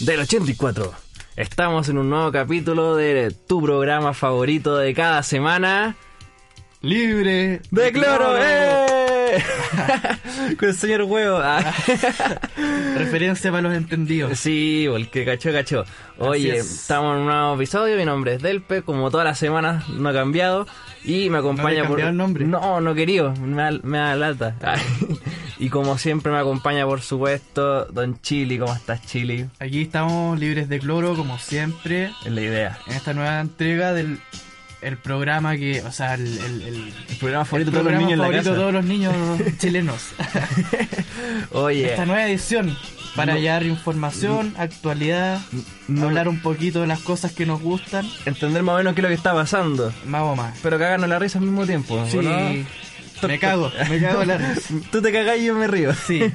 del 84. Estamos en un nuevo capítulo de tu programa favorito de cada semana. Libre ¡De cloro! ¡eh! Con el señor huevo. Ah. Referencia para los entendidos. sí, el que cachó, cachó. Oye, Así es. estamos en un nuevo episodio. Mi nombre es Delpe, como todas las semanas no ha cambiado. Y me acompaña ¿No le por. cambiaron el nombre? No, no querido. Me da, me da lata. Ah. y como siempre me acompaña, por supuesto, Don Chili. ¿Cómo estás, Chili? Aquí estamos libres de cloro, como siempre, Es la idea. en esta nueva entrega del el programa que, o sea, el, el, el- El programa el favorito de todos los programa niños en la favorito casa. de todos los niños chilenos. Oye. Esta nueva edición para No. hallar información, actualidad, No. hablar un poquito de las cosas que nos gustan, entender más o menos qué es lo que está pasando. más o más. Pero cagarnos la risa al mismo tiempo. Sí. ¿o no? Me cago, me cago en la risa. Tú te cagás y yo me río. Sí, un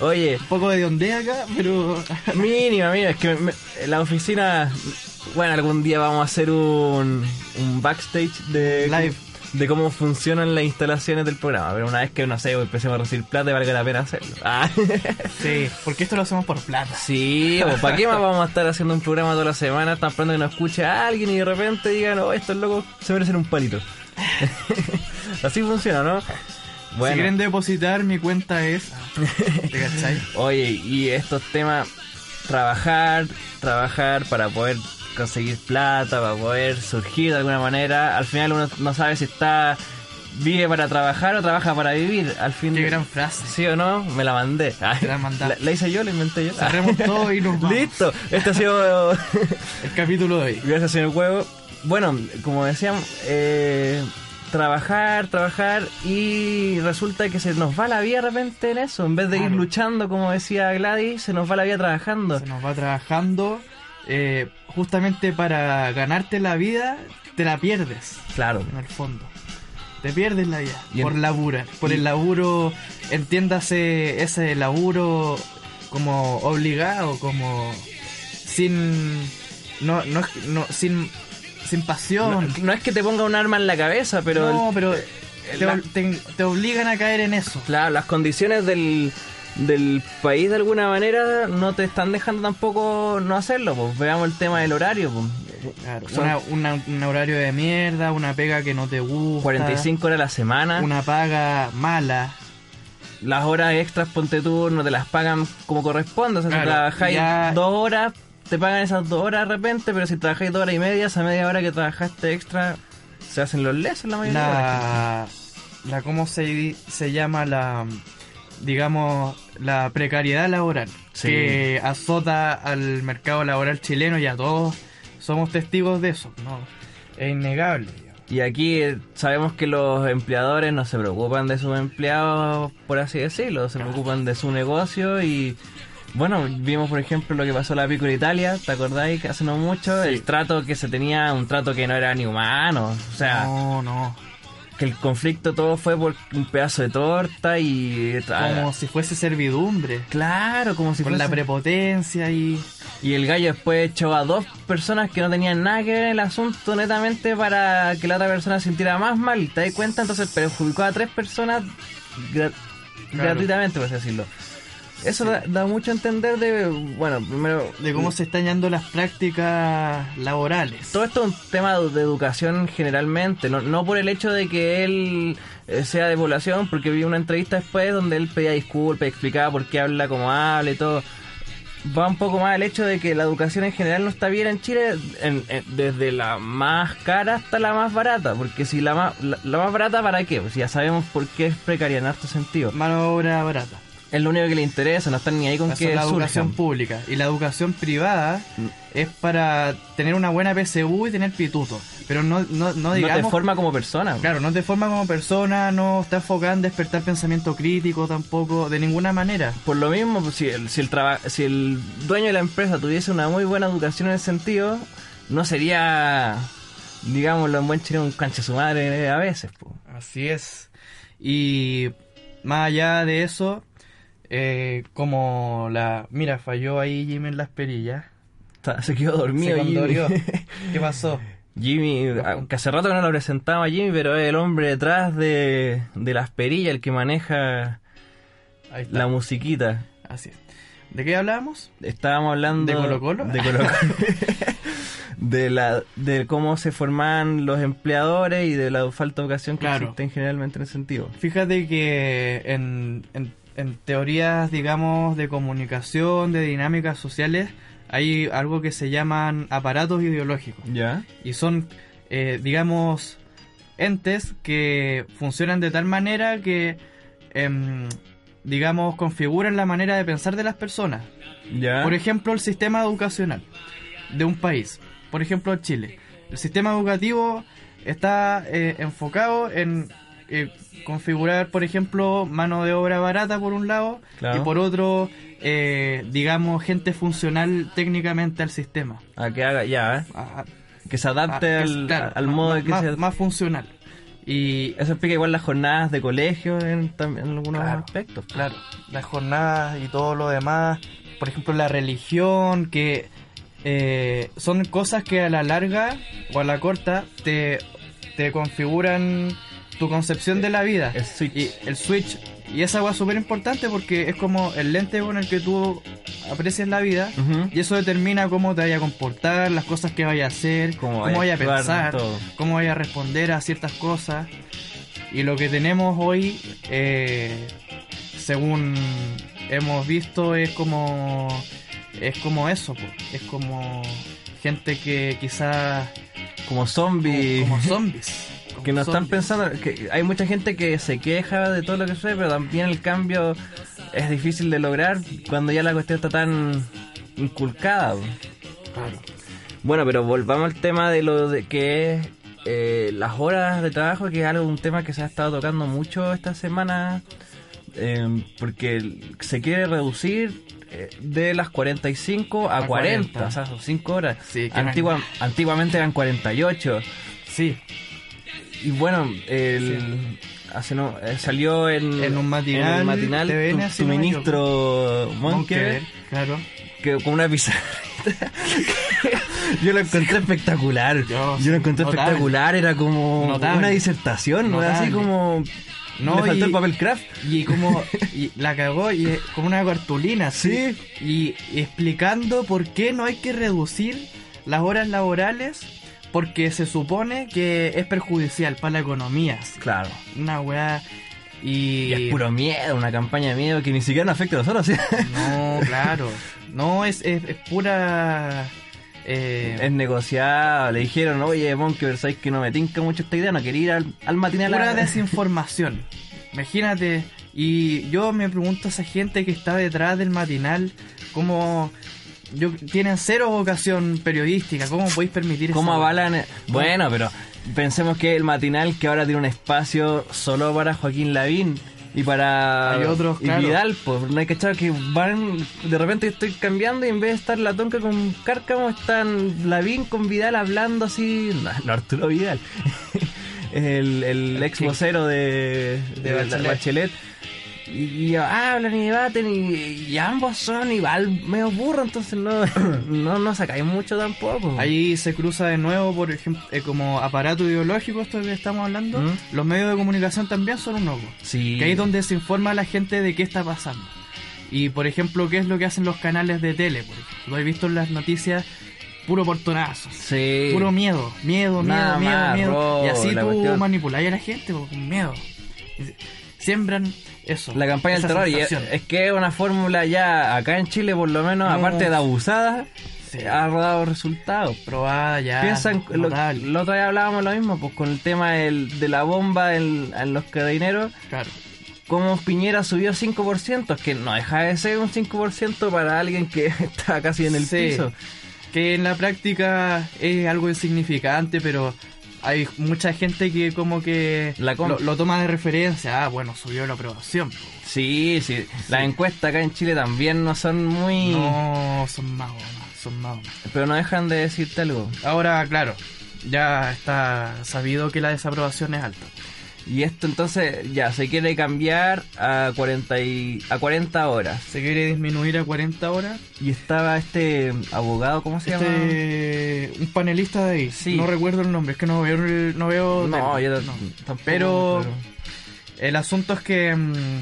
Oye, poco de ondea acá, pero mínima, mira, es que me- la oficina. Bueno, algún día vamos a hacer un, un backstage de. Live. De cómo funcionan las instalaciones del programa. Pero una vez que, no sé, empecemos a recibir plata, valga la pena hacerlo. Ah. sí, porque esto lo hacemos por plata. Sí, ¿para qué más vamos a estar haciendo un programa toda la semana tan pronto que nos escuche a alguien y de repente digan, oh, estos locos se merecen un palito? Así funciona, ¿no? Si quieren depositar, mi cuenta es. ah, ¿Te cachai? Oye, y estos temas, trabajar, trabajar para poder conseguir plata, para poder surgir de alguna manera. Al final uno no sabe si está vive para trabajar o trabaja para vivir. Al fin Qué gran frase. Sí o no, me la mandé. Te la mandaste. La, la hice yo, la inventé yo. Cerremos todo y nos vamos. Listo, este ha sido El capítulo de hoy. Gracias, señor Huevo. Bueno, como decíamos, eh, trabajar, trabajar y resulta que se nos va la vida de repente en eso. En vez de ir Claro. luchando, como decía Gladys, se nos va la vida trabajando. Se nos va trabajando. eh, justamente para ganarte la vida, te la pierdes. Claro. En el fondo. Te pierdes la vida. Y en- por labura. Por y- el laburo. Entiéndase ese laburo como obligado, como. Sin. No, no, no sin. Sin No, pasión. no es que te ponga un arma en la cabeza, pero no, pero te, la- ol- te- te obligan a caer en eso. claro, las condiciones del, del país de alguna manera no te están dejando tampoco no hacerlo. Pues. Veamos el tema del horario. Ah. Pues. Son Una- una- un horario de mierda, una pega que no te gusta. 45 horas a la semana. Una paga mala. las horas extras, ponte tú, no te las pagan como corresponde. O sea, Claro, si trabajáis ya- dos horas, te pagan esas dos horas de repente, pero si trabajáis dos horas y media, esa media hora que trabajaste extra, se hacen los lesos la mayoría. de las veces. La, la ¿Cómo se, di- se llama la. Digamos, la precariedad laboral. Sí. Que azota al mercado laboral chileno y a todos somos testigos de eso. ¿no? Es innegable. digamos. Y aquí eh, sabemos que los empleadores no se preocupan de sus empleados, por así decirlo, se preocupan de su negocio y... Bueno, vimos por ejemplo lo que pasó en la Pico Italia, ¿te acordáis? Que hace no mucho, el trato que se tenía, un trato que no era ni humano, o sea... no, no. que el conflicto todo fue por un pedazo de torta y Como si fuese servidumbre. claro como si Con fuese- la prepotencia y. y el gallo después echó a dos personas que no tenían nada que ver en el asunto netamente para que la otra persona se sintiera más mal y te das cuenta entonces perjudicó a tres personas gra- Claro. gratuitamente por así decirlo eso da, da mucho a entender de bueno primero de cómo se están dando las prácticas laborales. Todo esto es un tema de educación generalmente, no, no por el hecho de que él eh, sea de población, porque vi una entrevista después donde él pedía disculpas, y explicaba por qué habla como habla y todo. Va un poco más el hecho de que la educación en general no está bien en Chile, en- en- desde la más cara hasta la más barata, porque si la más, la, la más barata, ¿para qué? Pues ya sabemos por qué es precaria en harto sentido. Mano de obra barata. Es lo único que le interesa, no están ni ahí con Esa que es la educación Mm. surjan. pública. Y la educación privada es para tener una buena PSU y tener pituto. Pero no, no, no No digamos. te forma como persona. pues. po. Claro, no te forma como persona, no está enfocada en despertar pensamiento crítico tampoco, de ninguna manera. Por lo mismo, pues, si el, si, el traba- si el dueño de la empresa tuviese una muy buena educación en ese sentido, no sería, digámoslo en buen chino, un cancha su madre eh, a veces. po. Así es. Y más allá de eso, eh, como la. Mira, falló ahí Jimmy en las perillas. Está- Se quedó dormido. Se Jimmy. condorió. ¿Qué pasó? Jimmy, aunque hace rato que no lo presentaba a Jimmy, pero es el hombre detrás de, de las perillas, el que maneja Ahí está. la musiquita. Así es. ¿De qué hablábamos? Estábamos hablando... ¿De Colo-Colo? De Colo-Colo. De, la, de cómo se forman los empleadores y de la falta de educación que Claro. existen generalmente en ese sentido. Fíjate que en, en- en teorías, digamos, de comunicación, de dinámicas sociales, hay algo que se llaman aparatos ideológicos. ¿Ya? Y son, eh, digamos, entes que funcionan de tal manera que, em, digamos, configuran la manera de pensar de las personas. ¿Ya? Por ejemplo, el sistema educacional de un país. Por ejemplo, Chile. El sistema educativo está eh, enfocado en eh, configurar, por ejemplo, mano de obra barata por un lado Claro. y por otro, eh, digamos, gente funcional técnicamente al sistema. A que haga, ya, ¿eh? A- a- Que se adapte a- al, Ah, claro, al ma- modo de ma- que más, se... más funcional. Y Eso explica igual las jornadas de colegio en, tam- en algunos Claro. aspectos. Claro, las jornadas y todo lo demás, por ejemplo la religión, que eh, son cosas que a la larga o a la corta te, te configuran tu concepción de la vida. El switch. Y el switch. Y esa agua es súper importante porque es como el lente con el que tú aprecias la vida Ujú. y eso determina cómo te vaya a comportar, las cosas que vaya a hacer, Cómo vaya a cómo, vaya a actuar, pensar, todo. cómo vaya a responder a ciertas cosas. Y lo que tenemos hoy, eh, según hemos visto, es como es como eso, po. es como gente que quizás Como zombies. como zombies. como que no están zombies. pensando, que hay mucha gente que se queja de todo lo que sucede, pero también el cambio es difícil de lograr cuando ya la cuestión está tan inculcada. po. Claro. Bueno, pero volvamos al tema de lo de que es eh, las horas de trabajo, que es algo, un tema que se ha estado tocando mucho esta semana, eh, porque se quiere reducir eh, de las 45 a, A 40, 40. o sea, son 5 horas. Sí, que Antigua- antiguamente eran 48. Sí, Y bueno, el, hace no, eh, salió en, En un matinal, en el matinal TVN, tu, si tu no me ministro Monker, Monker, claro. que con una pizarrita. Yo lo encontré espectacular. Yo- Yo lo encontré notable. espectacular. Era como Notable. una disertación, ¿no? Así Notable. como. No, le faltó y- el papel craft. Y como y la cagó y es como una cartulina, ¿sí? Y explicando por qué no hay que reducir las horas laborales porque se supone que es perjudicial para la economía. ¿sí? Claro. Una weá y, Y es puro miedo, una campaña de miedo que ni siquiera nos afecta a nosotros. ¿sí? No, claro. No es es, es pura eh, Es negociado, le dijeron, oye, Monkey, sabes que no me tinca mucho esta idea, no quería ir al, al matinal. pura a- desinformación. Imagínate, y yo me pregunto a esa gente que está detrás del matinal, cómo yo, tienen cero vocación periodística, cómo podéis permitir ¿Cómo esa- avalan? Bueno, pero pensemos que el matinal que ahora tiene un espacio solo para Joaquín Lavín y para Hay otros, y claro. Vidal, pues no hay que echar que van de repente estoy cambiando y en vez de estar la tonca con Cárcamo están Lavín con Vidal hablando así, no, no, Arturo Vidal. el, el El ex chico. vocero de, De de Bachelet. Bachelet. Y, y hablan y debaten y, y ambos son igual medio burro, entonces no, no, no sacáis mucho tampoco. Ahí se cruza de nuevo, por ejemplo, eh, como aparato ideológico, esto que estamos hablando. ¿Mm? Los medios de comunicación también son un ojo. Sí. Que ahí es donde se informa a la gente de qué está pasando. Y por ejemplo, qué es lo que hacen los canales de tele. Por ejemplo. Lo he visto en las noticias, puro portonazos. Sí. Puro miedo, miedo, miedo, Nada miedo, más, miedo. robo, y así la tú cuestión. manipulas a la gente po, con miedo. Siembran eso. La campaña del esa terror. y es, sensación. es que es una fórmula ya acá en Chile, por lo menos, No. aparte de abusada, Sí. ha dado resultados. probada ya. Piensan, lo, notable. la otra vez hablábamos lo mismo, pues con el tema del- de la bomba en, en los carabineros, Claro. cómo Piñera subió 5%, es que no deja de ser un 5% para alguien que está casi en el Sí, piso. Que en la práctica es algo insignificante, pero hay mucha gente que como que La com- lo, lo toma de referencia. Ah, bueno, subió la aprobación. Sí, sí, Las encuestas acá en Chile también no son muy... No, son más gomas, son más gomas. Pero no dejan de decirte algo. Ahora, claro, ya está sabido que la desaprobación es alta. Y esto entonces ya se quiere cambiar a 40, y- a 40 horas. Se quiere disminuir a 40 horas. Y estaba este abogado, ¿cómo se llama? Este, un panelista de ahí, Sí. no recuerdo el nombre, es que no veo, el- no veo No, del- yo no. tampoco, Pero- El asunto es que mm,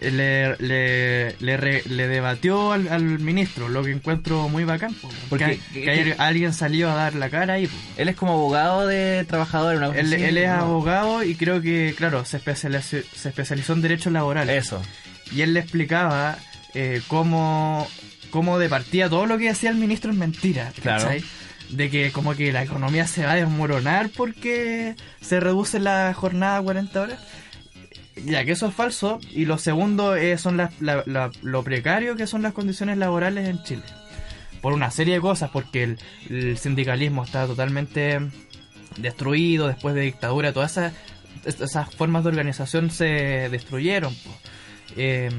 le, le, le re- le debatió al, al ministro, lo que encuentro muy bacán. po, Porque- que, hay- que hay- alguien salió a dar la cara y Él es como abogado de trabajador. Una cosa él, así, él es Ah, ¿no? abogado y creo que, claro, se especializó, se especializó en derechos laborales. Eso. Y él le explicaba eh, cómo, cómo de partida todo lo que decía el ministro es mentira. Claro. ¿cachai? De que como que la economía se va a desmoronar porque se reduce la jornada a 40 horas. Ya que eso es falso. Y lo segundo eh, son las- la- la- lo precario que son las condiciones laborales en Chile. Por una serie de cosas, porque el, el sindicalismo está totalmente destruido después de dictadura. Todas esas, es- esas formas de organización se destruyeron. po. Eh,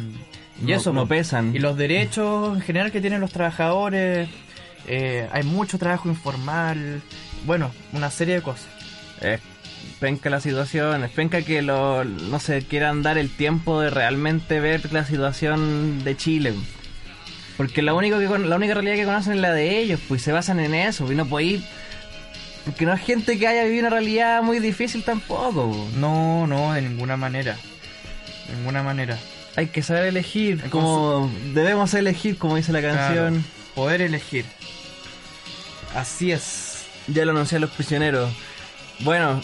y No- eso no po. pesan. Y los derechos en general que tienen los trabajadores. eh, hay mucho trabajo informal. Bueno, una serie de cosas. Es penca la situación. Es penca que lo- no se quieran dar el tiempo de realmente ver la situación de Chile. Porque la, único que con- la única realidad que conocen es la de ellos, pues se basan en eso. Y no podéis. Porque no es gente que haya vivido una realidad muy difícil tampoco. po. No, no, de ninguna manera. De ninguna manera. Hay que saber elegir, El como debemos elegir, como dice la canción. Claro, poder elegir. Así es. Ya lo anuncié a los prisioneros. Bueno,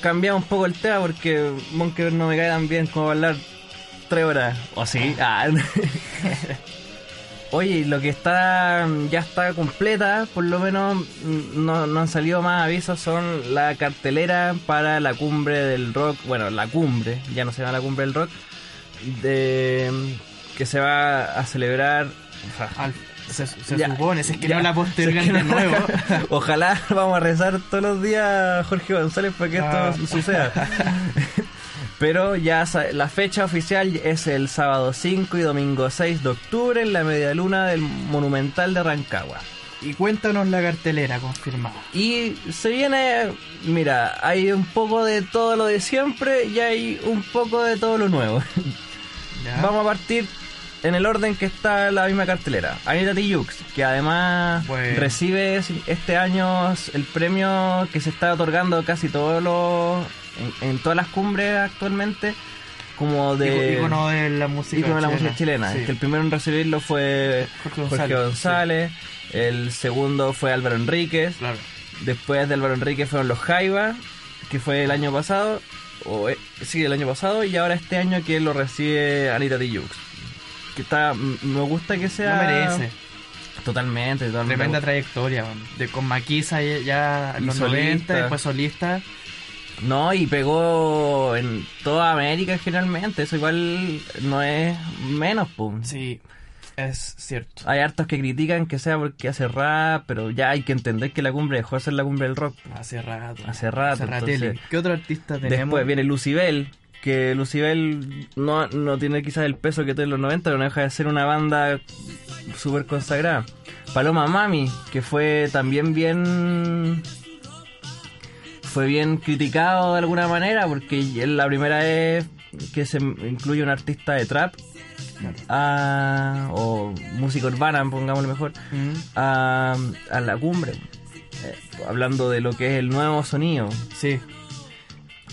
cambiamos un poco el tema porque Monker no me cae tan bien como hablar tres horas. ¿O sí? Ah. Oye, lo que está ya está completa, por lo menos mm, no, no han salido más avisos, son la cartelera para la cumbre del rock, bueno, la cumbre, ya no se llama la cumbre del rock, de, que se va a celebrar... o sea, Al- se se Ya, supone, si es que ya. no la postergan Si es que de no- nuevo. Ojalá vamos a rezar todos los días Jorge González para que Ah. esto suceda. Pero ya sa- la fecha oficial es el sábado 5 y domingo 6 de octubre en la media luna del Monumental de Rancagua. y cuéntanos la cartelera confirmada. Y se viene, mira, hay un poco de todo lo de siempre y hay un poco de todo lo nuevo. ¿ya? Vamos a partir en el orden que está la misma cartelera. Anita Tijoux, que además Bueno. recibe este año el premio que se está otorgando casi todos los en, en todas las cumbres actualmente como de Ico- Icono de la música. ícono de la música chilena. Sí. Que el primero en recibirlo fue Jorge Jorge González, González, el segundo fue Álvaro Enríquez, Claro. después de Álvaro Enríquez fueron los Jaiba, que fue el año pasado, o eh, sí, el año pasado, y ahora este año que lo recibe Anita Tijoux. Que está, m- me gusta que No sea... merece. Ah, Totalmente, totalmente. Tremenda trayectoria. man. De, con Maquisa ya- ya en Y los solista. 90, después solista. No, y pegó en toda América generalmente, eso igual no es menos, pum. Sí, es cierto. Hay hartos que critican que sea porque hace rap, pero ya hay que entender que la cumbre dejó de ser la cumbre del rock. po. Hace rato. Hace rato, Serratelli. entonces- ¿Qué otro artista tenemos? Después viene Lucibel, que Lucibel no, no tiene quizás el peso que tuvo en los 90, pero no deja de ser una banda súper consagrada. Paloma Mami, que fue también bien... Fue bien criticado de alguna manera, porque es la primera vez que se incluye un artista de trap, ah, o música urbana, pongámoslo mejor, Mm. a, a la cumbre. Eh, hablando de lo que es el nuevo sonido. Sí.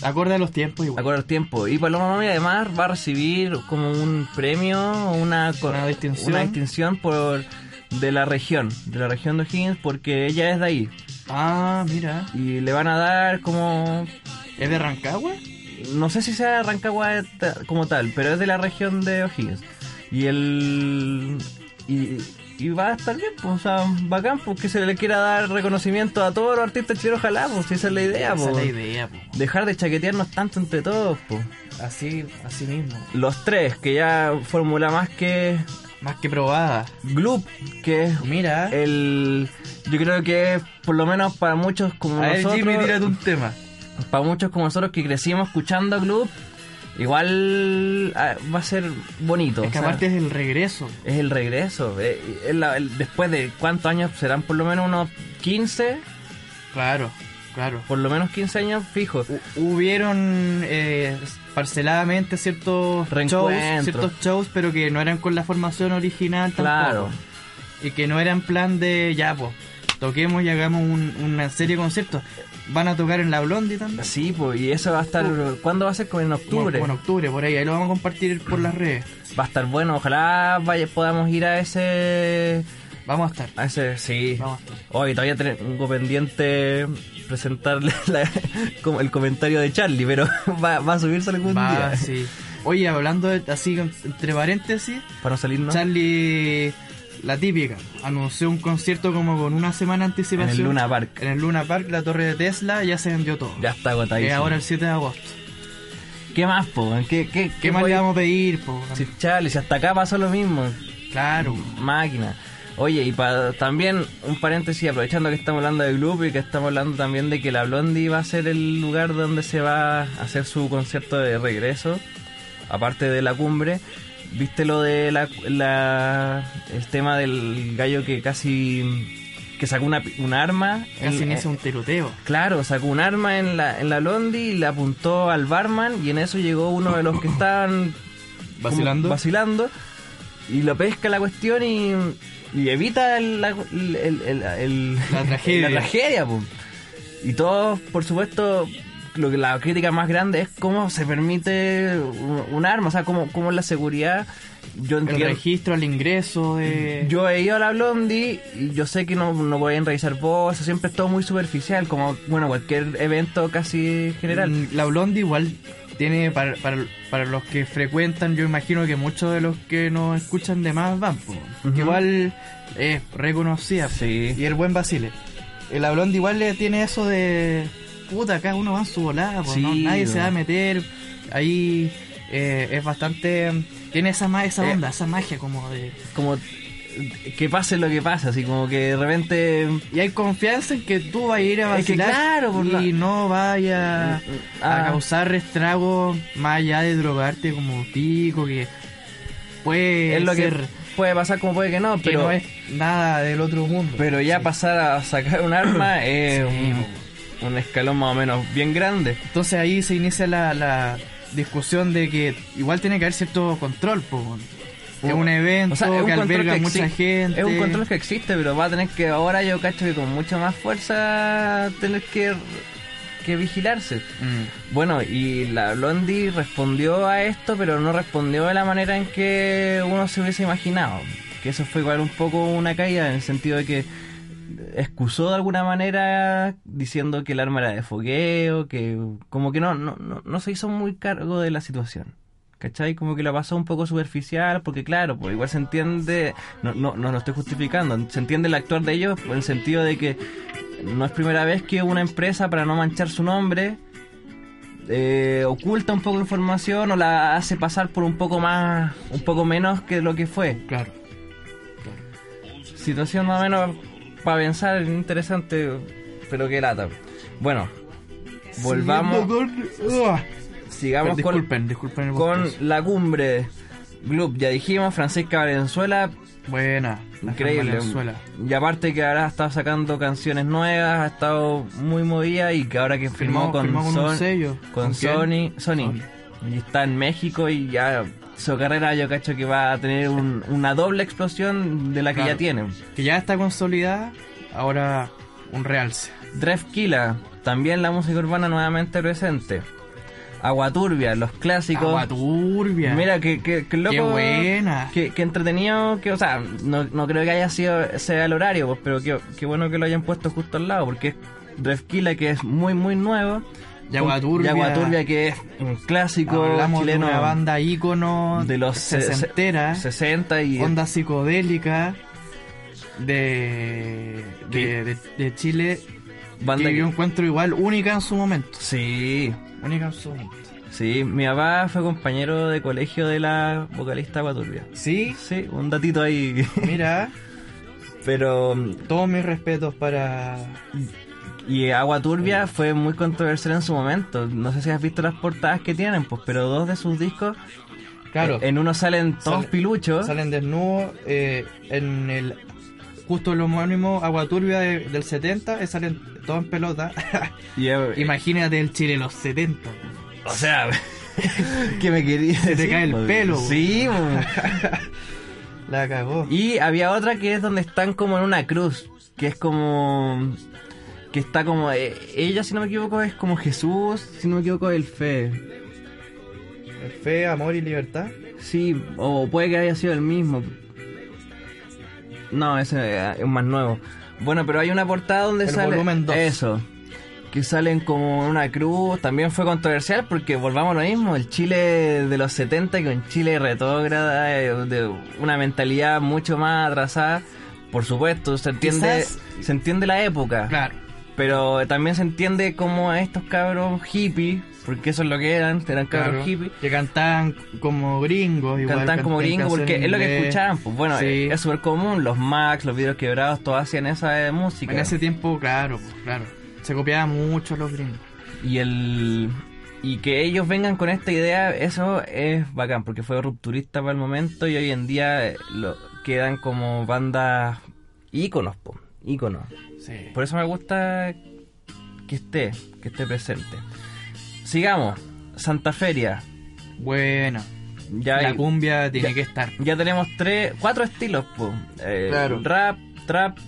Acorde a los tiempos igual. Acordar tiempo. Y Paloma Mami además va a recibir como un premio, una, co- Una distinción. una distinción por de la región, de la región de O'Higgins, porque ella es de ahí. Ah, mira. Y le van a dar como... ¿Es de Rancagua? No sé si sea de Rancagua de ta- como tal, pero es de la región de O'Higgins. Y el... Y, y va a estar bien, pues, o sea, bacán, pues que se le quiera dar reconocimiento a todos los artistas chilenos, ojalá, pues, si esa es la idea, Esa pues. es la idea, po. Dejar de chaquetearnos tanto entre todos, pues. Así, así mismo. Los tres, que ya fórmula más que Más que probada. Gloop, que es Mira, Eh, el. Yo creo que es, por lo menos para muchos como a ver, nosotros. Jimmy, tírate un tema. para muchos como nosotros que crecimos escuchando a Club, igual ah, va a ser bonito. Es que o sea, aparte es el regreso. es el regreso. eh, es la- el- después de cuántos años serán, por lo menos unos 15, Claro, claro. por lo menos 15 años fijos. Hu- Hubieron eh, parceladamente ciertos shows, Reencuentros. ciertos shows, pero que no eran con la formación original tampoco. Claro. Y que no eran plan de ya, pues, toquemos y hagamos un- una serie de conciertos. Van a tocar en la Blondie también. Sí, pues, y eso va a estar. ¿Cuándo va a ser? Como en octubre. Bueno, en octubre, por ahí. Ahí lo vamos a compartir por las redes. Va a estar bueno. Ojalá vaya, podamos ir a ese. Vamos a estar. A Ah, ese, sí. Vamos a estar. Hoy todavía tengo pendiente presentarle la- como el comentario de Charlie, pero va, va a subirse algún Va, día. sí. Oye, hablando de- así, entre paréntesis, Para no salirnos. Charlie, la típica, anunció un concierto como con una semana de En anticipación. el Luna Park. En el Luna Park, la torre de Tesla, ya se vendió todo. Ya está Es agotadísimo. ahora el 7 de agosto. eh, ¿Qué más, po? weón? ¿Qué, qué, ¿Qué más voy- le vamos a pedir, po? Si, chale, si hasta acá pasó lo mismo. Claro. Máquina. Oye, y pa- también un paréntesis, aprovechando que estamos hablando de Gloop y que estamos hablando también de que la Blondie va a ser el lugar donde se va a hacer su concierto de regreso, aparte de la cumbre. ¿Viste lo de la, la- el tema del gallo que casi... que sacó una, pi- un arma? Casi en- inicia un tiroteo. Claro, sacó un arma en la, en la Londi y la apuntó al barman y en eso llegó uno de los que estaban como Vacilando. vacilando y lo pesca la cuestión y, y evita el- la, el- el- el- el- La tragedia. la tragedia, po. Y todos, por supuesto, lo que la crítica más grande es cómo se permite un, un arma, o sea, cómo, cómo la seguridad... Yo El entiendo, registro, el ingreso de... yo he ido a la Blondie y yo sé que no, no pueden revisar bolsas, siempre es todo muy superficial, como bueno cualquier evento casi general. Mm, La Blondie igual tiene, para, para, para los que frecuentan, yo imagino que muchos de los que nos escuchan de más van, po. Ujú. Igual es reconocida. po. Sí. Y el buen Basile. El la Blondie igual le tiene eso de... Puta, cada uno va en su volada, po, Sí, ¿no? nadie po. se va a meter. Ahí eh, es bastante... Tiene esa, ma- esa Eh. onda, esa magia como de... Como eh, que pase lo que pase, así como que de repente Y hay confianza en que tú vas a ir a Es que vacilar claro, pues, por la- y no vaya a Ah. causar estragos más allá de drogarte como pico, que puede es lo que ser puede pasar como puede que no, que pero, no es nada del otro mundo. pero ya pasar a sacar un arma es Sí, un, un escalón más o menos bien grande. Entonces ahí se inicia la, la discusión de que igual tiene que haber cierto control, po, bueno. Oh. es un evento O sea, es un que control alberga que mucha exi- gente. Es un control que existe, pero va a tener que ahora yo cacho que con mucha más fuerza tener que, que vigilarse. Mm. Bueno, y la Blondie respondió a esto, pero no respondió de la manera en que uno se hubiese imaginado. Que eso fue igual un poco una caída, en el sentido de que excusó de alguna manera diciendo que el arma era de fogueo, que como que no, no, no, no se hizo muy cargo de la situación. ¿Cachai? Como que la pasó un poco superficial, porque claro, pues igual se entiende, no, no, no lo estoy justificando, se entiende el actuar de ellos en el sentido de que no es primera vez que una empresa, para no manchar su nombre, eh, oculta un poco la información o la hace pasar por un poco más, un poco menos que lo que fue. Claro. Situación más o menos para pensar interesante, pero que lata. Bueno, volvamos, Siguiendo con- Uah. sigamos Pero con, disculpen, disculpen el con bostezo. la cumbre. Club, ya dijimos, Francisca Valenzuela, Buena. la increíble. Venezuela. Y aparte que ahora ha estado sacando canciones nuevas, ha estado muy movida y que ahora que firmó, Firmó- firmó con un Son- sello. con ¿Con Sony, quién? Sony. Sony. Y está en México y ya su carrera yo cacho que va a tener un- una doble explosión de la que Claro. ya tiene. que ya está consolidada, ahora un realce. Drefkila, también la música urbana nuevamente presente. Aguaturbia, los clásicos. Agua turbia. Mira, que, que, que loco. Qué buena. Que, que entretenido, que, o sea, no, no creo que haya sido sea el horario, pues, pero qué, qué bueno que lo hayan puesto justo al lado, porque es Drefkila, que es muy, muy nuevo. Y Aguaturbia. Y Aguaturbia, que es un clásico Hablamos chileno. de una banda ícono de los se- sesentera, se- 60 y onda psicodélica, de, de, de, de Chile Banda que que- yo encuentro igual única en su momento. Sí, Única en su momento. sí. Mi papá fue compañero de colegio de la vocalista Guaturbia. Sí, Sí, un datito ahí. mira, Pero. mm, todos mis respetos para... Y Agua Turbia fue muy controversial en su momento. No sé si has visto las portadas que tienen, pues, pero dos de sus discos. eh, Claro, En uno salen todos Sale- piluchos. salen desnudos eh, en el... Justo en lo homónimo Agua Turbia de- del 70, eh, salen todos en pelota. Y, eh, Imagínate el Chile de los 70. O sea, que me quería Se te cae el pelo. Sí, po. La cagó. y había otra que es donde están como en una cruz, que es como que está como eh, ella si no me equivoco es como Jesús, si no me equivoco el Fe. Fe, amor y libertad. Sí, o puede que haya sido el mismo. No, ese eh, es más nuevo. Bueno, pero hay una portada donde El sale volumen dos. eso. Que salen como en una cruz, también fue controversial porque volvamos a lo mismo, el Chile de los 70 con Chile retrógrada, eh, de una mentalidad mucho más atrasada, por supuesto, se entiende, Quizás- se entiende la época. Claro. Pero también se entiende como a estos cabros hippies, porque eso es lo que eran, eran cabros Claro, hippies, Que cantaban como gringos. Igual, cantaban como gringos porque es lo que escuchaban. Pues bueno, Sí. es súper común, los Max, los Vidrios Quebrados, todos hacían esa eh, música. En ese tiempo, claro, pues, claro. Se copiaban mucho los gringos. Y el y que ellos vengan con esta idea, eso es bacán, porque fue rupturista para el momento y hoy en día eh, lo, quedan como bandas íconos, po, íconos. Sí. Por eso me gusta que esté, que esté presente. Sigamos, Santa Feria. Bueno, Ya, la hay- cumbia tiene ya- que estar. ya tenemos tres, cuatro estilos, po. Eh, Claro. rap, trap,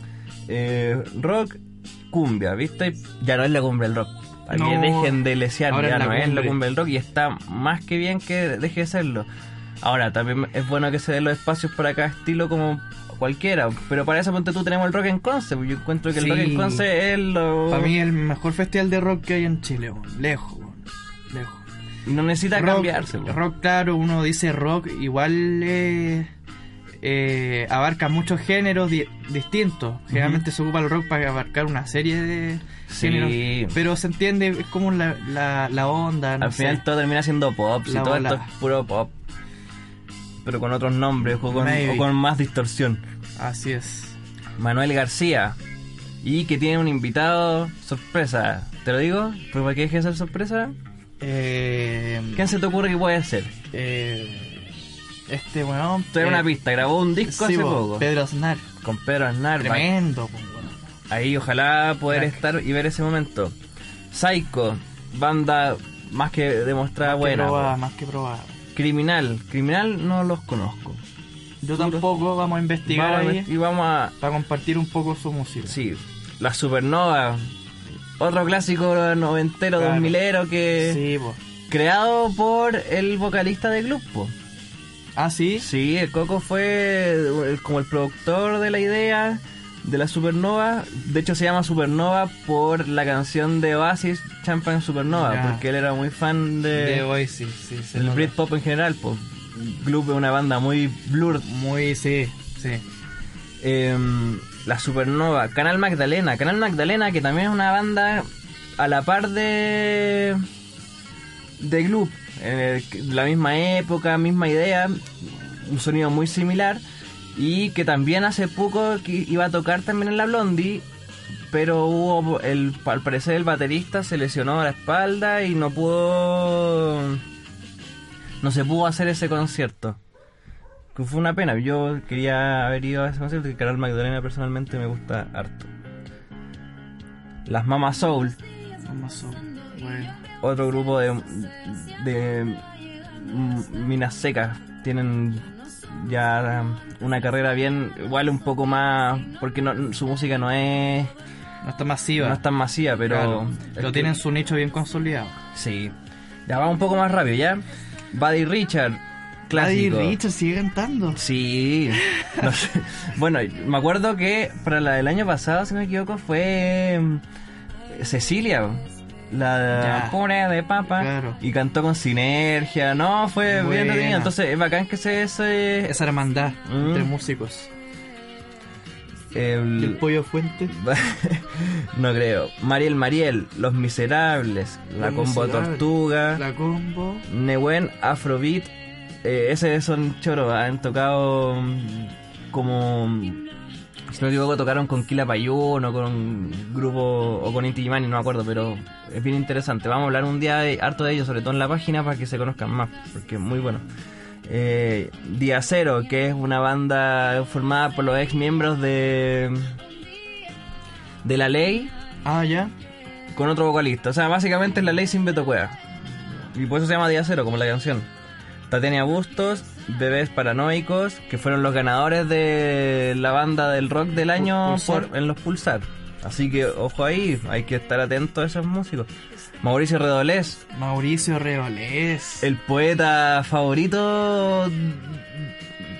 eh, rock, cumbia, ¿viste? Ya no es la cumbia del rock. Para que No. dejen de lesear, Ahora ya es la no es la cumbre. cumbia del rock y está más que bien que deje de serlo. Ahora, también es bueno que se den los espacios para cada estilo como cualquiera, pero para eso ponte tú tenemos el rock en Conce, yo encuentro que el Sí. rock en Conce es lo... Para mí el mejor festival de rock que hay en Chile, weón. lejos, weón. lejos. No necesita rock, cambiarse. po. rock, claro, uno dice rock, igual eh, eh, abarca muchos géneros di- distintos. Generalmente se ocupa el rock para abarcar una serie de Sí. géneros, pero se entiende, es como la, la, la onda. Ah, no Al sé. final todo termina siendo pop, si La todo bola. esto es puro pop. Pero con otros nombres o con, Maybe. o con más distorsión. Así es. Manuel García. Y que tiene un invitado sorpresa. ¿Te lo digo? ¿Pero para que deje de ser sorpresa? Eh, ¿Quién se te ocurre que puede ser? eh, este weón. Te doy eh, una pista. Grabó un disco sí, hace po, poco. Pedro Aznar. Con Pedro Aznar. Tremendo, po, weón. Ahí ojalá poder Crack. estar y ver ese momento. Psycho. Banda más que demostrada Más que buena. probada, más que probada. Criminal. Criminal no los conozco. Yo tampoco, vamos a investigar Vamos a ahí ver- y vamos a, para compartir un poco su música. Sí, la supernova. Otro clásico noventero, Claro. dos milero que. Sí, po. Creado por el vocalista de grupo. Ah, sí. Sí, el Coco fue el- como el productor de la idea de la supernova. De hecho, se llama Supernova por la canción de Oasis, Champagne Supernova, Ya. porque él era muy fan de, De Oasis, sí, se del nota. Britpop en general. Pues, Gloop es una banda muy blur. Muy, sí, sí. em, la Supernova, Canal Magdalena, Canal Magdalena que también es una banda a la par de de Gloop, en el- la misma época, misma idea, un sonido muy similar y que también hace poco que iba a tocar también en la Blondie, pero hubo el al parecer el baterista se lesionó la espalda y no pudo no se pudo hacer ese concierto. Que fue una pena. Yo quería haber ido a ese concierto. Que Carol Magdalena personalmente me gusta harto. Las Mama Soul, Vamos a- bueno. otro grupo de, de mm, minas secas. Tienen ya um, una carrera bien, igual un poco más. Porque no- su música no es, No está masiva. no es tan masiva, pero. Claro. es Lo que- tienen su nicho bien consolidado. Sí. Ya va un poco más rápido, ¿ya? Buddy Richard, clásico. Buddy Richard sigue cantando. Sí. No sé. Bueno, me acuerdo que para la del año pasado, si no me equivoco, fue mm, Cecilia. La Ya. puré de papa. Claro. Y cantó con sinergia. No, fue Buena. bien entretenido. Entonces es bacán que se... se- Esa hermandad Mm. entre músicos. el- ¿Y el pollo fuente? no creo. Mariel Mariel, Los Miserables, La Los Combo Miserables. Tortuga, La combo. Nehuen, Afrobeat. eh, ese son choros. ¿ah? Han tocado mm, como. mm, Si no me equivoco, tocaron con Kila Payún o con un grupo. o con Inti Illimani, no me acuerdo, pero es bien interesante. Vamos a hablar un día de, harto de ellos, sobre todo en la página, para que se conozcan más, porque es muy bueno. Eh, Día Cero, que es una banda formada por los ex miembros de. de La Ley Ah, ya. con otro vocalista. O sea, básicamente es la ley sin Beto Cueva. Y por eso se llama Día Cero, como la canción. Tatiana Bustos, Bebés Paranoicos, que fueron los ganadores de la banda del rock del año Pulsar. por- en los Pulsar. Así que ojo ahí, hay que estar atento a esos músicos. Mauricio Redolés, Mauricio Reolés. el poeta favorito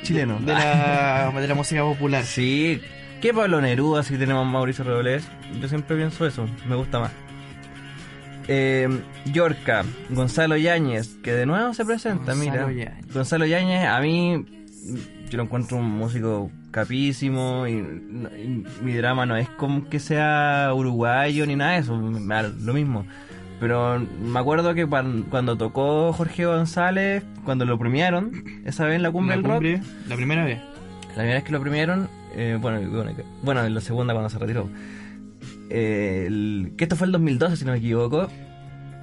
chileno. De la, de la música popular. Sí, qué Pablo Neruda si tenemos a Mauricio Robles. Yo siempre pienso eso, me gusta más. Eh, Yorca, Gonzalo Yáñez, que de nuevo se presenta, Gonzalo mira. Yáñez. Gonzalo Yáñez, a mí yo lo encuentro un músico capísimo y, no- y mi drama no es como que sea uruguayo ni nada de eso, me da lo mismo. Pero me acuerdo que cuan- cuando tocó Jorge González, cuando lo premiaron, esa vez en la cumbre La del rock, cumbre, la primera vez. la primera vez que lo premiaron, eh, bueno, y bueno, que- bueno, en la segunda cuando se retiró. Eh, el- que esto fue el 2012, si no me equivoco.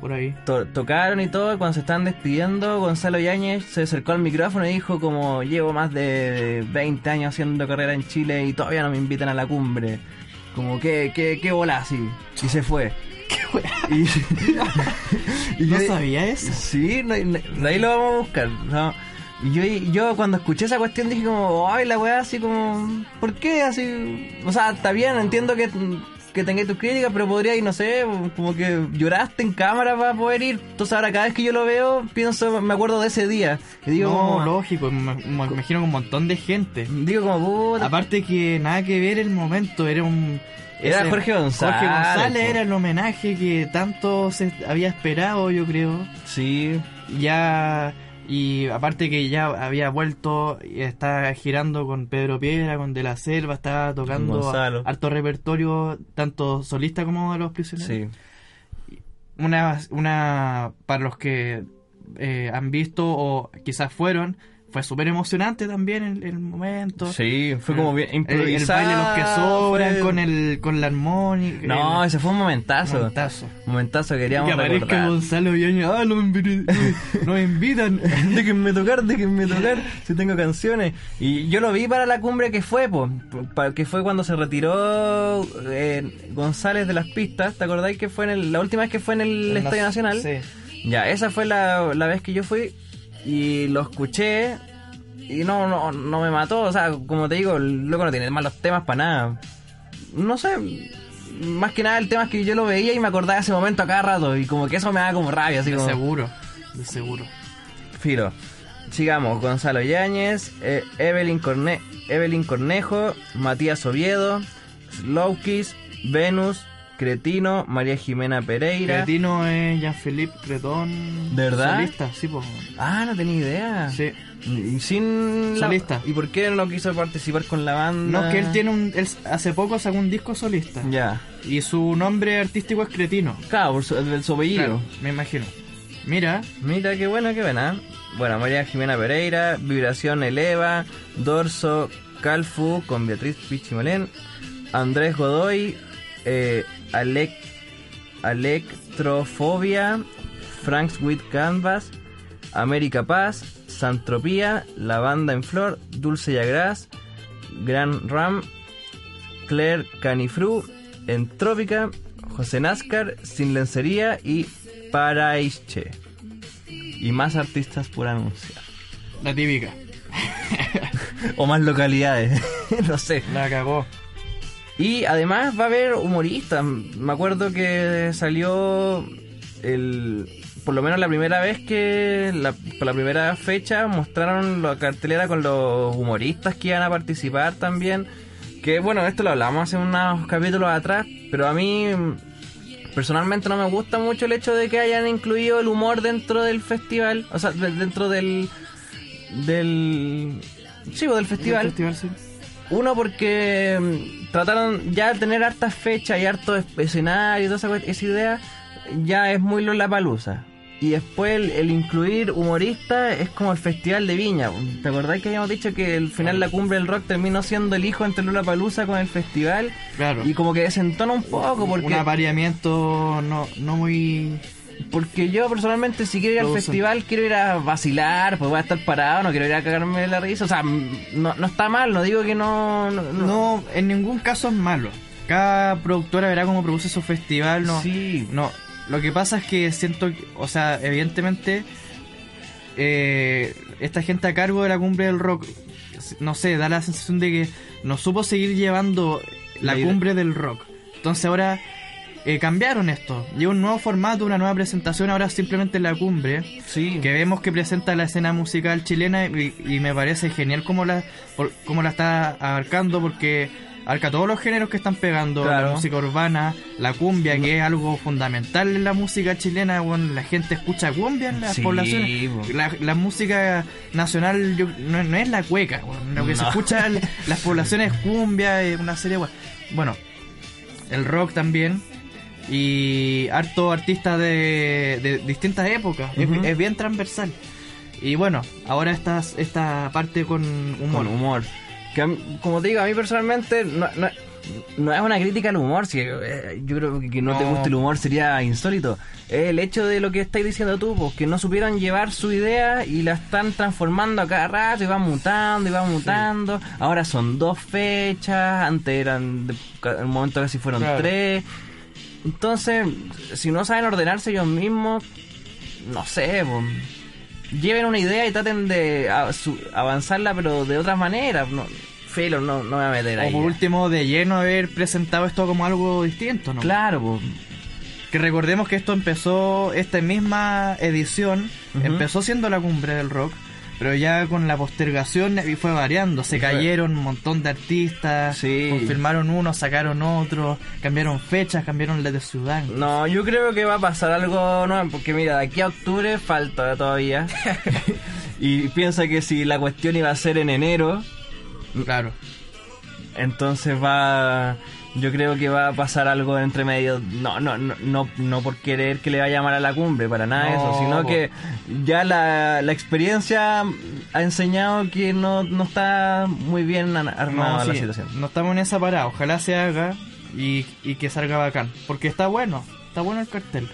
Por ahí. To- tocaron y todo, cuando se estaban despidiendo, Gonzalo Yáñez se acercó al micrófono y dijo como llevo más de 20 años haciendo carrera en Chile y todavía no me invitan a la cumbre. Como que, que, que bola así. Y se fue. ¿Qué y, y No yo- sabía eso. Sí, no- no- de ahí lo vamos a buscar. ¿no? Y yo, yo cuando escuché esa cuestión dije como, ay, la weá así como, ¿por qué así? O sea, está bien, entiendo que, que tengáis tus críticas, pero podría ir, no sé, como que lloraste en cámara para poder ir. Entonces ahora cada vez que yo lo veo, pienso, me acuerdo de ese día. Y digo, no, como, lógico, me, me imagino que un montón de gente. digo como, puta. Aparte que nada que ver el momento, era un... Era Jorge González, Jorge González po. era el homenaje que tanto se había esperado, yo creo. Sí, Ya... Y aparte que ya había vuelto, y estaba girando con Pedro Piedra, con De la Selva, estaba tocando Gonzalo. harto repertorio, tanto solista como de los prisioneros. sí. una, una para los que eh, han visto o quizás fueron, fue súper emocionante también el, el momento. Sí, fue como bien El, el baile de los que improvisado, sobran fue- con el con la armónica. No, el ese fue un momentazo. momentazo. Momentazo, Y queríamos que aparezca recordar. Gonzalo Villaña, ah, nos invi- nos invitan. déjenme tocar, déjenme tocar, si tengo canciones. Y yo lo vi para la cumbre que fue, po, pa- que fue cuando se retiró eh, González de las pistas, ¿te acordáis que fue en el- la última vez que fue en el En la- Estadio Nacional? Sí. Ya, esa fue la, la vez que yo fui y lo escuché y no, no, no me mató. O sea, como te digo, el loco no tiene malos temas para nada. No sé, más que nada el tema es que yo lo veía y me acordaba de ese momento a cada rato y como que eso me daba como rabia, así De como... seguro, de seguro. Filo. Sigamos, Gonzalo Yáñez, eh, Evelyn, Corne- Evelyn Cornejo, Matías Oviedo, Slowkiss, Venus, Cretino, María Jimena Pereira. Cretino es Jean-Philippe Cretón. ¿De verdad? Solista, sí, pues. Ah, no tenía idea. Sí. Y sin la- Solista. ¿Y por qué no quiso participar con la banda? No, es que él tiene un. él hace poco sacó un disco solista. Ya. Y su nombre artístico es Cretino. Claro, por su, el sobellillo. Claro, me imagino. Mira, Mira, qué buena, qué buena. Bueno, María Jimena Pereira, Vibración Eleva, Dorso, Calfu con Beatriz Pichimolén, Andrés Godoy, eh, Alec, Electrofobia, Franks with Canvas, América Paz, Santropía, La Banda en Flor, Dulce Yagras, Gran Ram, Claire Canifru, Entrópica, José Náscar, Sin Lencería y Paraiche. Y más artistas por anunciar. la típica. O más localidades, no sé. La cagó. Y además va a haber humoristas. Me acuerdo que salió el... Por lo menos la primera vez que... La, por la primera fecha mostraron la cartelera con los humoristas que iban a participar también. Que bueno, esto lo hablamos hace unos capítulos atrás, pero a mí personalmente no me gusta mucho el hecho de que hayan incluido el humor dentro del festival, o sea, de- dentro del... del... Sí, pues, del El festival. festival, sí. Uno porque mm, trataron ya al tener hartas fechas y harto es- escenario y toda esa, cue- esa idea, ya es muy Lollapalooza. Y después el, el incluir humoristas es como el festival de Viña. ¿Te acordás que habíamos dicho que al final la cumbre del rock terminó siendo el hijo entre Lollapalooza con el festival? Claro. Y como que desentona un poco porque... Un apareamiento no, no muy. Porque yo personalmente si quiero ir al Producen. festival quiero ir a vacilar, pues voy a estar parado, no quiero ir a cagarme de la risa. O sea, m- no, no está mal, no digo que no... no, no. No, en ningún caso es malo. Cada productora verá cómo produce su festival. No, Sí, no. Lo que pasa es que siento, que- o sea, evidentemente, eh, esta gente a cargo de la cumbre del rock, no sé, da la sensación de que no supo seguir llevando la La idea. cumbre del rock. Entonces ahora eh, cambiaron esto. Lleva un nuevo formato, una nueva presentación, ahora simplemente la cumbre. sí. que vemos que presenta la escena musical chilena y, y me parece genial cómo la por- cómo la está abarcando porque arca todos los géneros que están pegando Claro. la música urbana la cumbia que es algo fundamental en la música chilena bueno, la gente escucha cumbia en las Sí, poblaciones po. la, la música nacional yo- no, no es la cueca bueno, lo que se No. escucha en las poblaciones es cumbia es una serie bueno, bueno el rock también y harto artistas de, de distintas épocas. Es- Ujú. es, bien transversal. Y bueno, ahora esta, esta parte con humor. Con humor. Que a mí- como te digo, a mí personalmente no, no- no es una crítica al humor. Si, eh, yo creo que que no, te No. guste el humor sería insólito. Es el hecho de lo que estáis diciendo tú, pues, que no supieron llevar su idea y la están transformando a cada rato y van mutando y van mutando. Ahora son dos fechas, antes eran, de- ca- en un momento casi fueron Claro. tres. Entonces, si no saben ordenarse ellos mismos, no sé, pues, lleven una idea y traten de a- su- avanzarla, pero de otras maneras. No, filo, no, no me voy a meter ahí. O por ya. último, de lleno haber presentado esto como algo distinto, ¿no? Claro, pues. Que recordemos que esto empezó, esta misma edición, Ujú. empezó siendo la cumbre del rock, pero ya con la postergación y fue variando. Se Y fue- cayeron un montón de artistas, Sí. confirmaron unos, sacaron otros, cambiaron fechas, cambiaron la de ciudad. No, yo creo que va a pasar algo nuevo, porque mira, de aquí a octubre falta todavía. y piensa que si la cuestión iba a ser en enero, Claro. Entonces va. Yo creo que va a pasar algo entre medio. No, no, no, no, no por querer que le va a llamar a la cumbre, para nada de eso, No, sino po. que ya la, la experiencia ha enseñado que no, no está muy bien an- armada la sí, situación. no estamos en esa parada. Ojalá se haga y, y que salga bacán. Porque está bueno. Está bueno el cartel.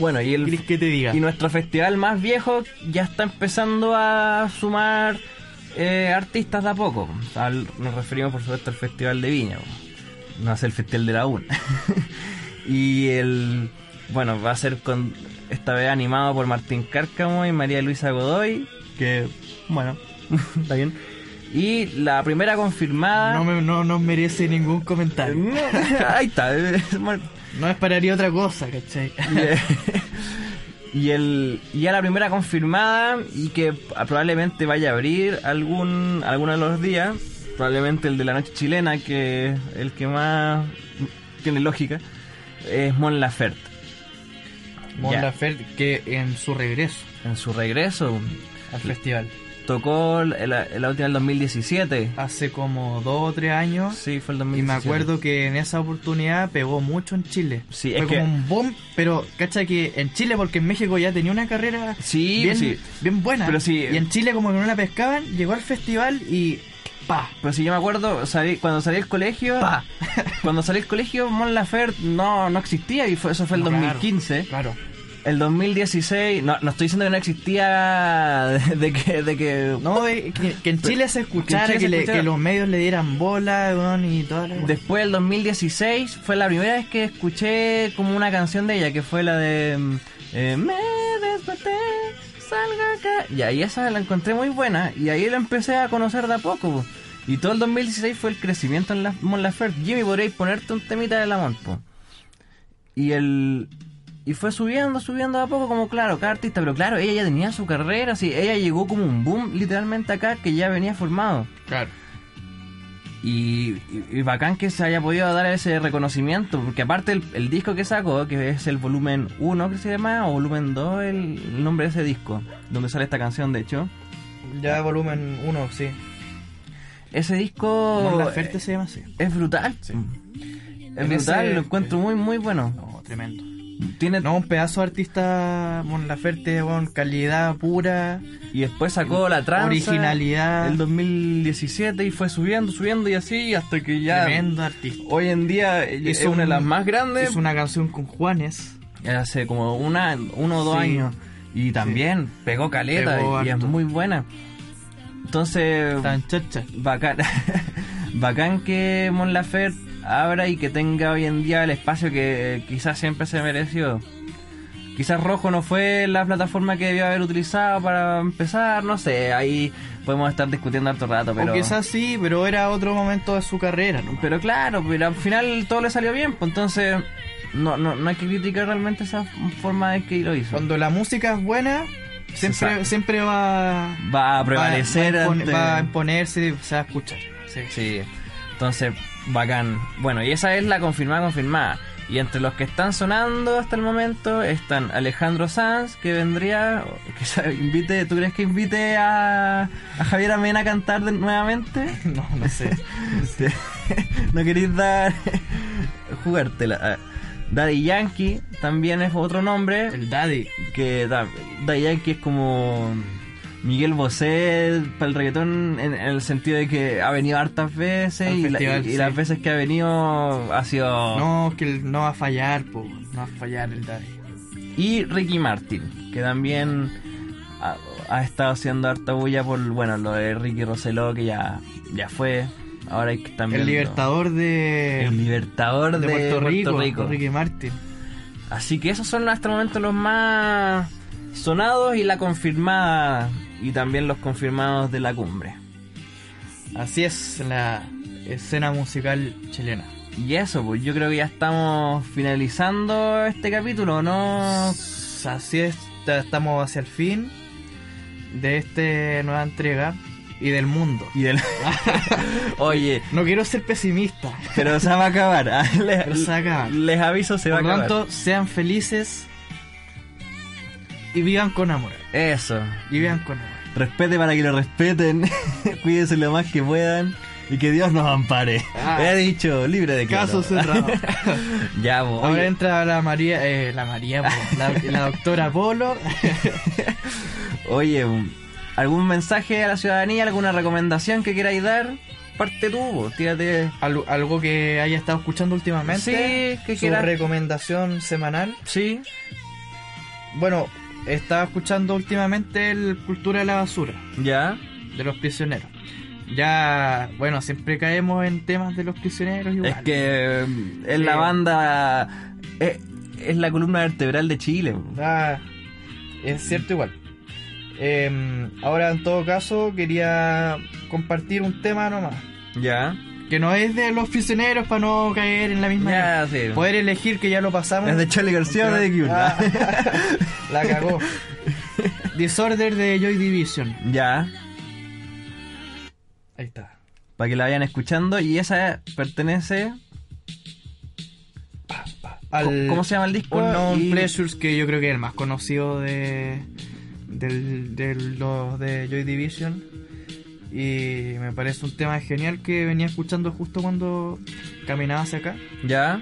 Bueno, y ¿Quieres el, que te diga? y nuestro festival más viejo ya está empezando a sumar eh, artistas de a poco. Al- nos referimos por supuesto al Festival de Viña, po. no es el Festival de la UNA. y el bueno, va a ser con esta vez animado por Martín Cárcamo y María Luisa Godoy, que bueno, está bien. Y la primera confirmada No, me- no nos merece ningún comentario. Ahí está. eh, Mar- No esperaría otra cosa, ¿cachai? eh, Y el ya la primera confirmada y que probablemente vaya a abrir algún alguno de los días, probablemente el de la noche chilena que es el que más tiene lógica es Mon Laferte Mon Ya. Laferte, que en su regreso en su regreso al festival. tocó el- la, la última del 2017. Hace como dos o tres años. Sí, fue el Y me 2017. acuerdo que en esa oportunidad pegó mucho en Chile. Sí, Fue es que- como un boom, pero cacha que en Chile, porque en México ya tenía una carrera Sí, pues bien, sí. bien buena. Pero sí. Y en Chile como que no la pescaban, llegó al festival y pa. Pero si Pues yo me acuerdo, salí- cuando salí del colegio, Pa. cuando salí del colegio Mon Laferte no no existía y fue, eso fue el No, claro, 2015. Claro. El 2016, no, no estoy diciendo que no existía de, de que, de que No, de- que, que en Chile se escuchara, Que que, en Chile se le- escuchara. que los medios le dieran bola, weón, y toda la... después del 2016 fue la primera vez que escuché como una canción de ella que fue la de mm, eh, me desperté salga acá y ahí esa la encontré muy buena y ahí la empecé a conocer de a poco po. y todo el 2016 fue el crecimiento en la Mon Laferte Jimmy podréis ponerte un temita de la Mon po. y el y fue subiendo, subiendo de a poco, como claro, cada artista, pero claro, ella ya tenía su carrera, así, ella llegó como un boom literalmente acá que ya venía formado. Claro. Y, y- y bacán que se haya podido dar ese reconocimiento, porque aparte el, el disco que sacó, que es el volumen 1 que se llama, o volumen 2, el, el nombre de ese disco, donde sale esta canción de hecho, Ya volumen 1, sí. Ese disco Mon eh, Laferte se llama así. es brutal. Es En brutal, ese- lo encuentro muy, muy bueno. No, tremendo. Tiene, No, un pedazo de artista, Mon Laferte, con calidad pura, Y después sacó la tranza. originalidad, El 2017 y fue subiendo, subiendo y así hasta que ya... tremendo artista. Hoy en día eh, es, Hizo una de un- las más grandes. Hizo una canción con Juanes. Hace como una, uno o dos Sí. años. Y también pegó caleta Pegó y, y es harto. muy buena. Entonces, Tan chacha. bacán, bacán que Mon Laferte abra y que tenga hoy en día el espacio que eh, quizás siempre se mereció. Quizás Rojo no fue la plataforma que debió haber utilizado para empezar, no sé, ahí podemos estar discutiendo harto rato, pero... O quizás sí, pero era otro momento de su carrera, ¿no? Pero claro, pero al final todo le salió bien, pues entonces no, no, no hay que criticar realmente esa forma de que lo hizo. Cuando la música es buena, sabe. siempre, siempre va, Va a prevalecer va, va, a impone- ante- va a imponerse, se va a escuchar. Sí. Sí, entonces bacán. Bueno, y esa es la confirmada, confirmada. Y entre los que están sonando hasta el momento están Alejandro Sanz, que vendría, que sa- invite, ¿tú crees que invite a, a Javier Amena a cantar de- nuevamente? No, no sé. Sí. Este, no queréis dar jugártela. A ver. Daddy Yankee también es otro nombre El Daddy. que da- Daddy Yankee es como Miguel Bosé para el reggaetón en, en el sentido de que ha venido hartas veces Al y, la- festival, y- y sí. las veces que ha venido ha sido No, que el- no va a fallar, po. No va a fallar el Daddy. y Ricky Martin que también ha, ha estado haciendo harta bulla por bueno lo de Ricky Rosselló que ya ya fue ahora hay que también El lo- libertador de, el libertador de, Eh, de Puerto, Rico, Rico. Ricky Martin. Así que esos son hasta el momento los más sonados y la confirmada. Y también los confirmados de la cumbre. Así es la escena musical chilena. Y eso, pues yo creo que ya estamos finalizando este capítulo, ¿no? Así es, ya estamos hacia el fin de esta nueva entrega y del mundo. Y el- Oye, No quiero ser pesimista. pero se va a acabar. ah, Les, Pero se va a acabar. les aviso, se va Por a lo acabar. tanto, sean felices y vivan con amor. Eso. Y vivan con amor. Respete para que lo respeten. Cuídense lo más que puedan. Y que Dios nos ampare. Ah. He dicho, libre de Caso cerrado. ya, pues, Ahora oye. entra la María, eh, la María, po, la, la doctora Polo. Oye, un- ¿algún mensaje a la ciudadanía? ¿Alguna recomendación que queráis dar? Parte tú, vos, tírate. Algo, algo que haya estado escuchando últimamente. Sí, que Su quieras. recomendación semanal. Sí, Bueno, estaba escuchando últimamente el Cultura de la Basura ya. de los prisioneros. Ya, bueno, siempre caemos en temas de los prisioneros igual. Eh. Es que mm, es Sí. la banda. Es, es la columna vertebral de Chile. Ah, es cierto igual. Em, ahora, en todo caso, quería compartir un tema nomás. Ya. Que no es de los prisioneros para no caer en la misma... Ya, sí. Poder elegir que ya lo pasamos. Es de Charlie García o de Cure. Pues, Ah, La cagó. Disorder de Joy Division. Ya. Ahí está. Para que la vayan escuchando. Y esa pertenece. Al- ¿Cómo se llama el disco? Unknown Ah, Y- Pleasures, que yo creo que es el más conocido de, del, de los de Joy Division. Y me parece un tema genial que venía escuchando justo cuando caminaba hacia acá. Ya.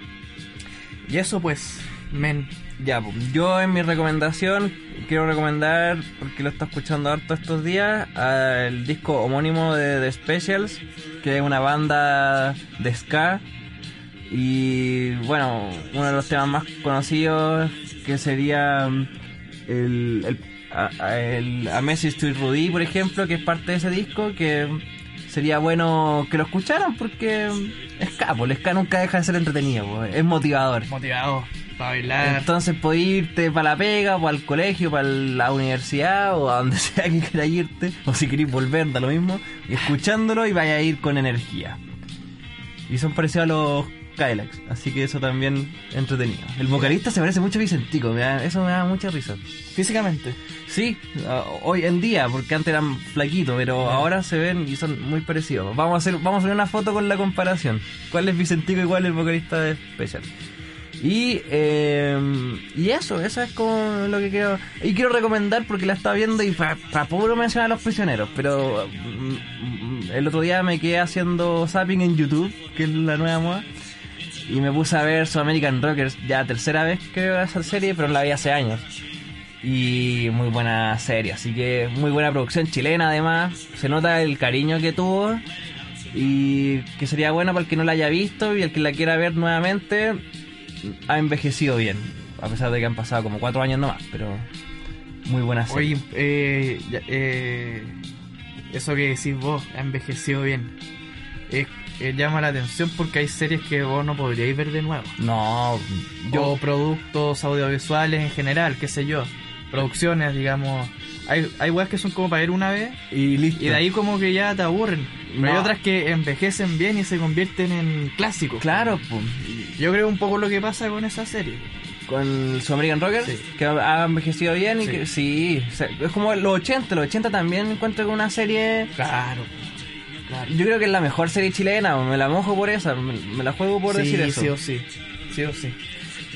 Y eso pues, men. Ya, po. yo en mi recomendación quiero recomendar, porque lo está escuchando harto estos días, el disco homónimo de The Specials, que es una banda de ska. Y bueno, uno de los temas más conocidos que sería mm, el, el, a, a- el A Message to Rudy, por ejemplo, que es parte de ese disco, que mm, sería bueno que lo escucharan porque mm, ska, po, el ska nunca deja de ser entretenido, po, es motivador. Motivado para bailar. Entonces puedes irte para la pega, para el colegio, para la universidad o a donde sea que quieras irte, o si querés volver, da lo mismo, y escuchándolo y vaya a ir con energía. Y son parecidos a los Kylax, así que eso también entretenido. El vocalista se parece mucho a Vicentico, me da- eso me da mucha risa. Físicamente. Sí, ah, hoy en día, porque antes eran flaquitos, pero ahora se ven y son muy parecidos. Vamos a hacer, vamos a hacer una foto con la comparación. ¿Cuál es Vicentico y cuál es el vocalista de Special? Y, eh, y eso, eso es como lo que quiero... Y quiero recomendar porque la estaba viendo y para puro mencionar a los prisioneros, pero mm, mm, el otro día me quedé haciendo zapping en YouTube, que es la nueva moda. Y me puse a ver South American Rockers, ya tercera vez que veo esa serie, pero la vi hace años. Y muy buena serie, así que muy buena producción chilena además. Se nota el cariño que tuvo y que sería buena para el que no la haya visto y el que la quiera ver nuevamente. Ha envejecido bien, a pesar de que han pasado como cuatro años nomás, pero muy buena serie. Oye, eh, ya- eh, eso que decís vos, ha envejecido bien. Es- eh, llama la atención porque hay series que vos no podríais ver de nuevo. No, yo O productos audiovisuales en general, qué sé yo. Producciones, digamos. Hay, hay weas que son como para ver una vez y listo. y de ahí como que ya te aburren. Pero hay No. otras que envejecen bien y se convierten en clásicos. Claro, pues, po. Yo creo un poco lo que pasa con esa serie. con su American Rocker, Sí. que ha envejecido bien y Sí. que sí, o sea, es como los 80, los 80 también encuentro que una serie, Claro. Claro. yo creo que es la mejor serie chilena, me la mojo por esa, me, me la juego por sí, decir eso. sí o sí. Sí o sí.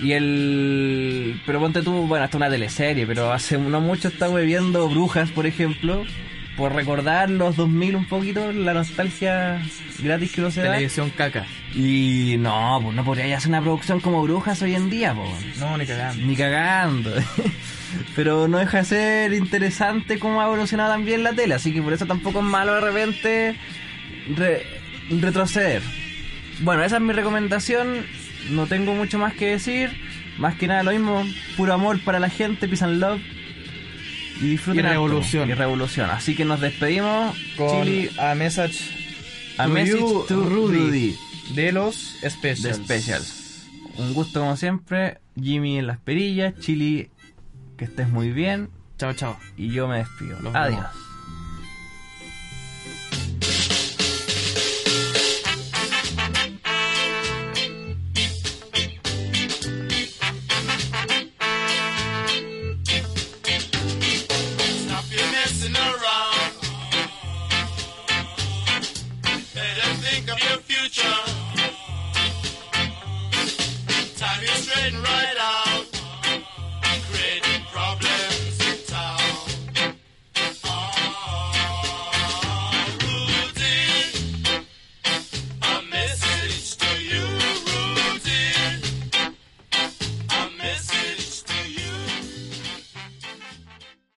Y el... Pero ponte tú, bueno, hasta una teleserie, pero hace no mucho estaba viendo Brujas, por ejemplo, por recordar los 2000 un poquito, la nostalgia gratis que no se da. Televisión caca. Y no, pues no podría hacer una producción como Brujas hoy en día, pues. No, ni cagando. Ni cagando. Pero no deja de ser interesante cómo ha evolucionado también la tele, así que por eso tampoco es malo de repente re- retroceder. Bueno, esa es mi recomendación, no tengo mucho más que decir, más que nada lo mismo, puro amor para la gente, peace and love. Y disfruten Y harto. revolución. Y revolución. Así que nos despedimos. Con Chili, A Message a to message you, to Rudy. Rudy. de los Specials. de Specials. Un gusto como siempre. Jimmy en las perillas. Chili, que estés muy bien. Chao, chao. y yo me despido. Nos Adiós. vemos. Stop your messing around. Better think of your future. Time you straighten right out.